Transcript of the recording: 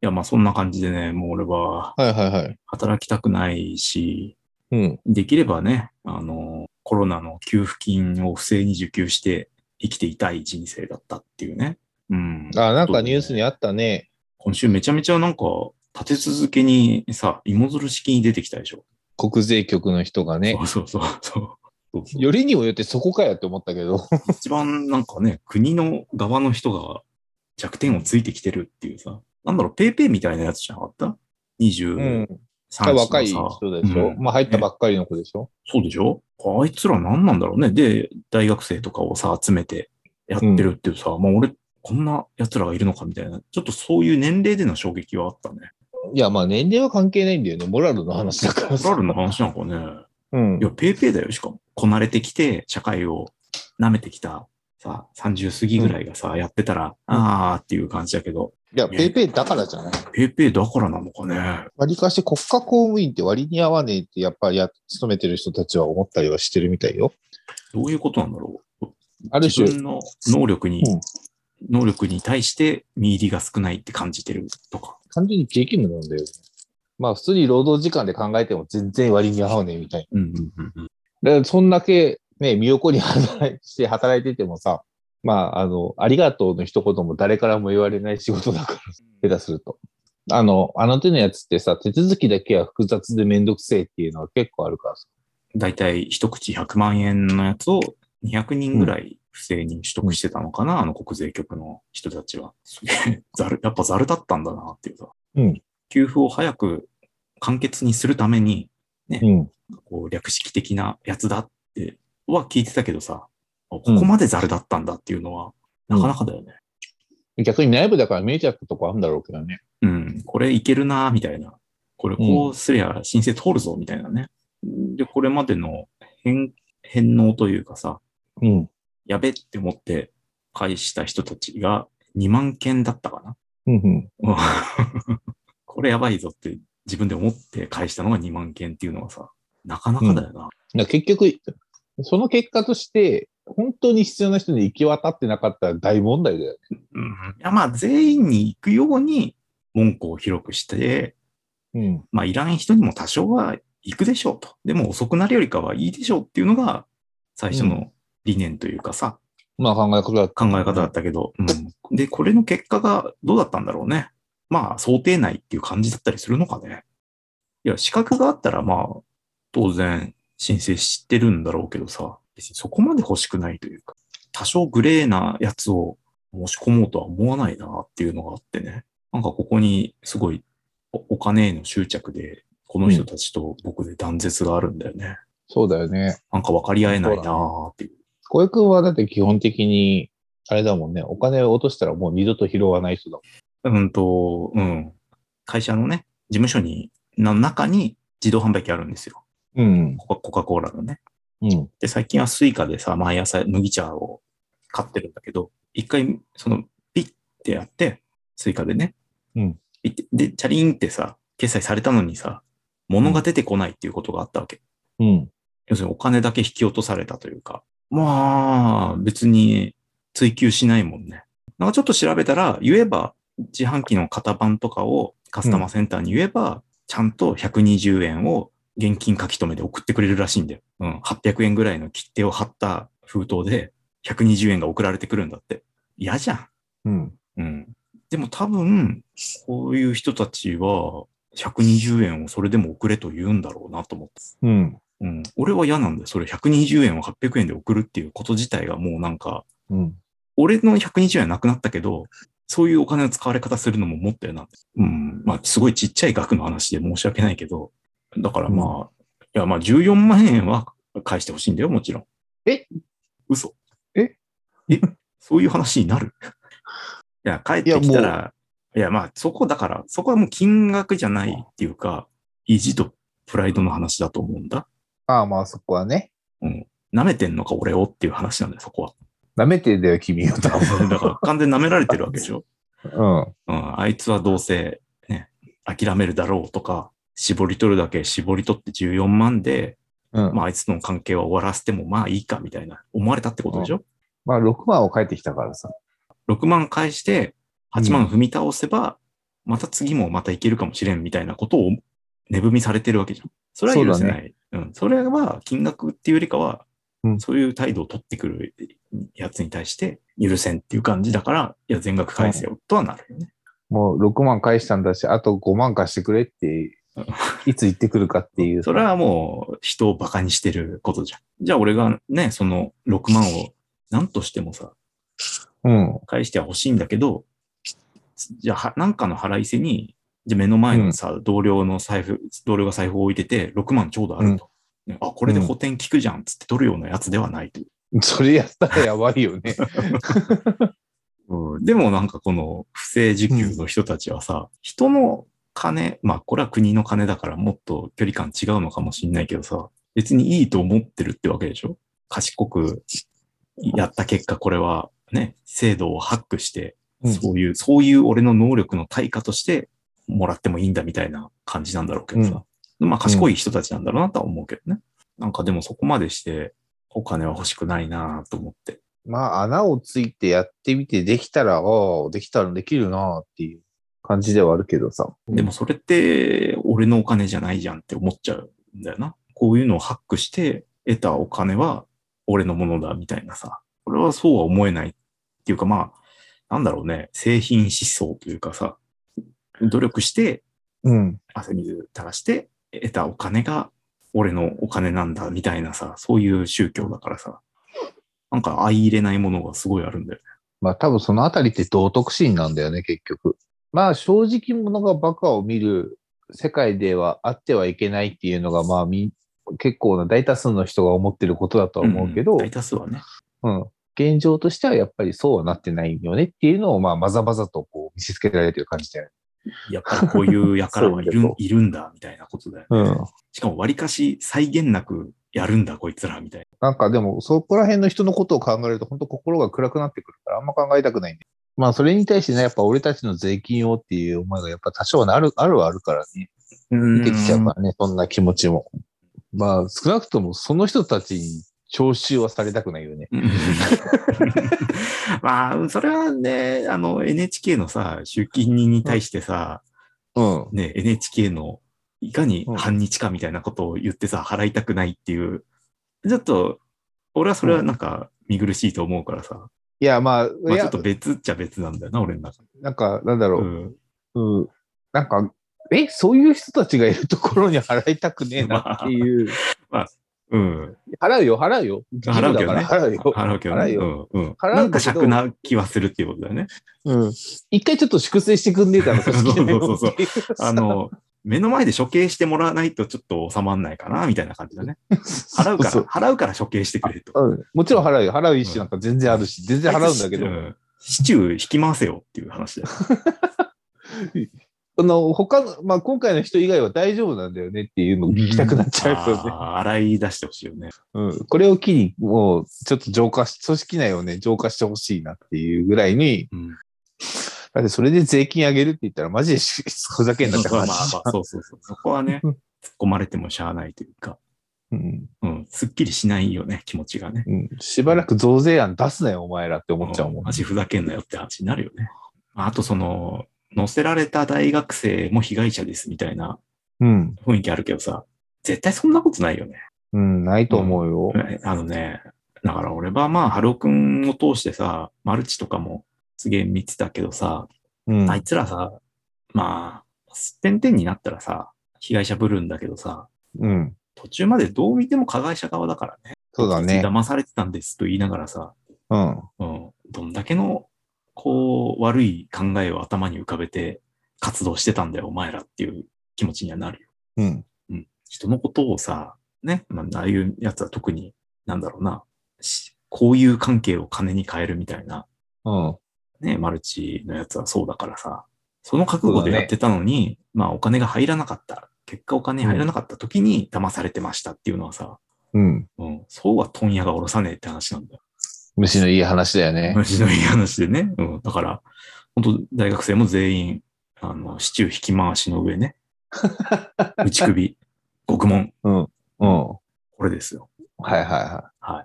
や、まあそんな感じでね、もう俺ははいはいはい。働きたくないし、うん。できればね、あの、コロナの給付金を不正に受給して生きていたい人生だったっていうね。うん。あ、なんかニュースにあったね。今週めちゃめちゃなんか、立て続けにさ、芋づる式に出てきたでしょ。国税局の人がねそ。うそうそうそう。そうそうよりにもよってそこかよって思ったけど。一番なんかね、国の側の人が弱点をついてきてるっていうさ、なんだろう、ペイペイみたいなやつじゃなかったう ?23 ん。若い歳のさ人でしょ。うんまあ入ったばっかりの子でしょ。そうでしょあいつら何なんだろうね。で、大学生とかをさ、集めてやってるっていうさ、まあ俺、こんな奴らがいるのかみたいな、ちょっとそういう年齢での衝撃はあったね。いや、まあ年齢は関係ないんだよね。モラルの話だからモラさ。ルの話なんかね、うんいや、。ペイペイだよ、しかも。こなれてきて、社会を舐めてきた、さ、30過ぎぐらいがさ、やってたら、あーっていう感じだけど、いや、ペイペイだからじゃない。ペイペイだからなのかね。割かし国家公務員って割に合わねえって、やっぱりや勤めてる人たちは思ったりはしてるみたいよ。どういうことなんだろう。ある自種、分の能力に、うん能力に対して見入りが少ないって感じてるとか。完全に激務なんだよ。まあ、普通に労働時間で考えても全然割に合わねえみたいうんうんうんうん。な。だから、そんだけ、ね、身を粉に働いて働いててもさ、まあ、あの、ありがとうの一言も誰からも言われない仕事だから、下手すると。あの、あの手のやつってさ、手続きだけは複雑でめんどくせえっていうのは結構あるからさ。だいたい一口100万円のやつを200人ぐらい不正に取得してたのかな、あの国税局の人たちは。 すげえざる、やっぱざるだったんだなっていうさ。うん給付を早く簡潔にするために、うん。こう略式的なやつだっては聞いてたけどさ、ここまでざるだったんだっていうのは、なかなかだよね。逆に内部だから見えちゃったとこあるんだろうけどね。うん、これいけるな、みたいな。これこうすりゃ申請通るぞ、みたいなね。で、これまでの返、返納というかさ、うん。やべって思って返した人たちが2万件だったかうんうん。な。 これやばいぞって自分で思って返したのが2万件っていうのはさ、なかなかだよな。だから結局、その結果として、本当に必要な人に行き渡ってなかったら大問題だよね。うん。いや、まあ全員に行くように文句を広くして、うん。まあいらん人にも多少は行くでしょうと。でも遅くなるよりかはいいでしょうっていうのが最初の理念というかさ、まあ考え方だ考え方だったけど、うん。で、これの結果がどうだったんだろうね。まあ、想定内っていう感じだったりするのかね。いや、資格があったら、まあ、当然申請してるんだろうけどさ、別にそこまで欲しくないというか、多少グレーなやつを申し込もうとは思わないなっていうのがあってね。なんかここにすごいおお金への執着で、この人たちと僕で断絶があるんだよね。そうだよね。なんか分かり合えないなーっていう。小江君はだって基本的に、あれだもんね、お金を落としたらもう二度と拾わない人だもうんと、うん。会社のね、事務所に、の中に自動販売機あるんですよ。ん。コカコカコーラのね。うん。うん。で、最近はスイカでさ、毎朝麦茶を買ってるんだけど、一回、その、ピッてやって、スイカでね。うんピッて。で、チャリンってさ、決済されたのにさ、物が出てこないっていうことがあったわけ。うん。要するにお金だけ引き落とされたというか。まあ、別に追求しないもんね。なんかちょっと調べたら、言えば、自販機の型番とかをカスタマーセンターに言えば、ちゃんと120円を現金書き留めで送ってくれるらしいんだよ。うん。800円ぐらいの切手を貼った封筒で、120円が送られてくるんだって。嫌じゃん。うん。うん。でも多分、こういう人たちは、120円をそれでも送れと言うんだろうなと思って。うん。うん。俺は嫌なんだよ。それ120円を800円で送るっていうこと自体がもうなんか、うん。俺の120円はなくなったけど、そういうお金の使われ方するのももったよな。うん。まあ、すごいちっちゃい額の話で申し訳ないけど、だからまあ、いやまあ14万円は返してほしいんだよ、もちろん。え嘘。ええそういう話になるいや、帰ってきたら、いやまあ、そこだから、そこはもう金額じゃないっていうか、意地とプライドの話だと思うんだ。ああ、まあそこはね。舐めてんのか俺をっていう話なんだよ、そこは。舐めてんだよ、君を。多分だから完全に舐められてるわけでしょ。うん。うん、あいつはどうせ、ね、諦めるだろうとか、絞り取るだけ絞り取って14万で、うん。まああいつの関係は終わらせてもまあいいかみたいな思われたってことでしょ。まあ6万を返ってきたからさ。 6万返して、8万踏み倒せば、また次もまたいけるかもしれんみたいなことを値踏みされてるわけじゃん。それは許せない。うん。それは金額っていうよりかは、うんそういう態度を取ってくるやつに対して許せんっていう感じだから、いや、全額返せよとはなるよね。もう6万返したんだし、あと5万貸してくれってうん、いつ言ってくるかって いう。それはもう人を馬鹿にしてることじゃん。じゃあ俺がね、その6万を何としてもさ、うん。返しては欲しいんだけど、じゃあは、なんかの払いせに、じゃあ目の前のさ、同僚の財布、同僚が財布を置いてて、6万ちょうどあると。ねあ、これで補填効くじゃんっつって取るようなやつではないと。それやったらやばいよ ね。でもなんかこの不正受給の人たちはさ、人の金、まあこれは国の金だからもっと距離感違うのかもしんないけどさ、別にいいと思ってるってわけでしょ賢くやった結果これはね、制度をハックして、うんそういう、そういう俺の能力の対価としてもらってもいいんだみたいな感じなんだろうけどさ、まあ賢い人たちなんだろうなとは思うけどね。なんかでもそこまでしてお金は欲しくないなと思って。まあ、穴をついてやってみてできたら、ああ、できたらできるなっていう感じではあるけどさ。でもそれって俺のお金じゃないじゃんって思っちゃうんだよな。こういうのをハックして得たお金は俺のものだみたいなさ。俺はそうは思えないっていうかまあ、なんだろうね、製品思想というかさ、努力してうん。汗水垂らして得たお金が俺のお金なんだみたいなさ、そういう宗教だからさ。なんか相入れないものがすごいあるんだよね。まあ、多分そのあたりって道徳心なんだよね、結局。まあ、正直者がバカを見る世界ではあってはいけないっていうのが、まあ、みん結構な大多数の人が思ってることだとは思うけど、ん大多数はね。うん。現状としてはやっぱりそうはなってないよねっていうのを、まあ、まざまざとこう見せつけられてる感じだよね。やっぱりこういう輩 はいそういうることいるんだみたいなことだよね。うん。しかも割かし際限なくやるんだ、こいつら、みたいなんかでも、そこら辺の人のことを考えると、本当心が暗くなってくるから、あんま考えたくないんで。まあ、それに対してね、やっぱ俺たちの税金をっていう思いが、やっぱ多少はなる、あるはあるからね。な。出てきちゃうからね、そんな気持ちも。まあ、少なくともその人たちに徴収はされたくないよね。うん まあ、それはね、あの、NHK のさ、集金人に対してさ、うん。ね、NHK のいかにうん反日かみたいなことを言ってさ、払いたくないっていう、ちょっと、俺はそれはなんか見苦しいと思うからさ、いや、まあ、まあ、ちいょやっと、別っちゃ別なんだよな、俺の中で。なんか、なんだろう。うんうん、なんか、え、そういう人たちがいるところに払いたくねえなっていう。うん。払うよ、払うよ。払うけどね義務だから払うよ。払うけど払うね。ようん。うん。払うんだけどなんか尺な気はするっていうことだよ ね。うん。一回ちょっと粛清してくんねえだろ、組織内の そうそうあの、目の前で処刑してもらわないとちょっと収まんないかな、みたいな感じだね。払うから、そうそう払うから処刑してくれと。うんもちろん払うよ。払う意思なんか全然あるし、全然払うんだけど、んシチュー引き回せよっていう話 だよ。あの、他の、まあ、今回の人以外は大丈夫なんだよねっていうのを聞きたくなっちゃうよね。あー洗い出してほしいよね。うん。これを機に、もう、ちょっと浄化し、組織内をね、浄化してほしいなっていうぐらいに、うん。だってそれで税金上げるって言ったら、マジでしふざけんなってまあ話ま。あまあ、そうそうそう。そこはね、うん突っ込まれてもしゃあないというか、うん。うん、すっきりしないよね、気持ちがね。うん。しばらく増税案出すなよ、お前らって思っちゃうもん。足ふざけんなよって話になるよね。あと、その、乗せられた大学生も被害者ですみたいなうん。雰囲気あるけどさ、絶対そんなことないよね。うん、ないと思うよ。えあのね、だから俺はまあ、ハロくんを通してさ、マルチとかもすげえ見てたけどさ、うん。あいつらさ、まあ、すってんてんになったらさ、被害者ぶるんだけどさ、うん。途中までどう見ても加害者側だからね。そうだね。騙されてたんですと言いながらさ、うん。うん、どんだけの、こう、悪い考えを頭に浮かべて活動してたんだよ、お前らっていう気持ちにはなるよ。うん。人のことをさ、ね、まあ、ああいうやつは特に、なんだろうな、しこういう関係を金に変えるみたいな、うん。ね、マルチのやつはそうだからさ、その覚悟でやってたのに、まあお金が入らなかった、結果お金入らなかった時に騙されてましたっていうのはさ、うん。うん、そうは問屋が下ろさねえって話なんだよ。虫のいい話だよね。マジのいい話でね。うん、だから、本当大学生も全員、あの、シチュー引き回しの上ね、打ち首、獄門、うん。うん。はこれですよ。いはいははい。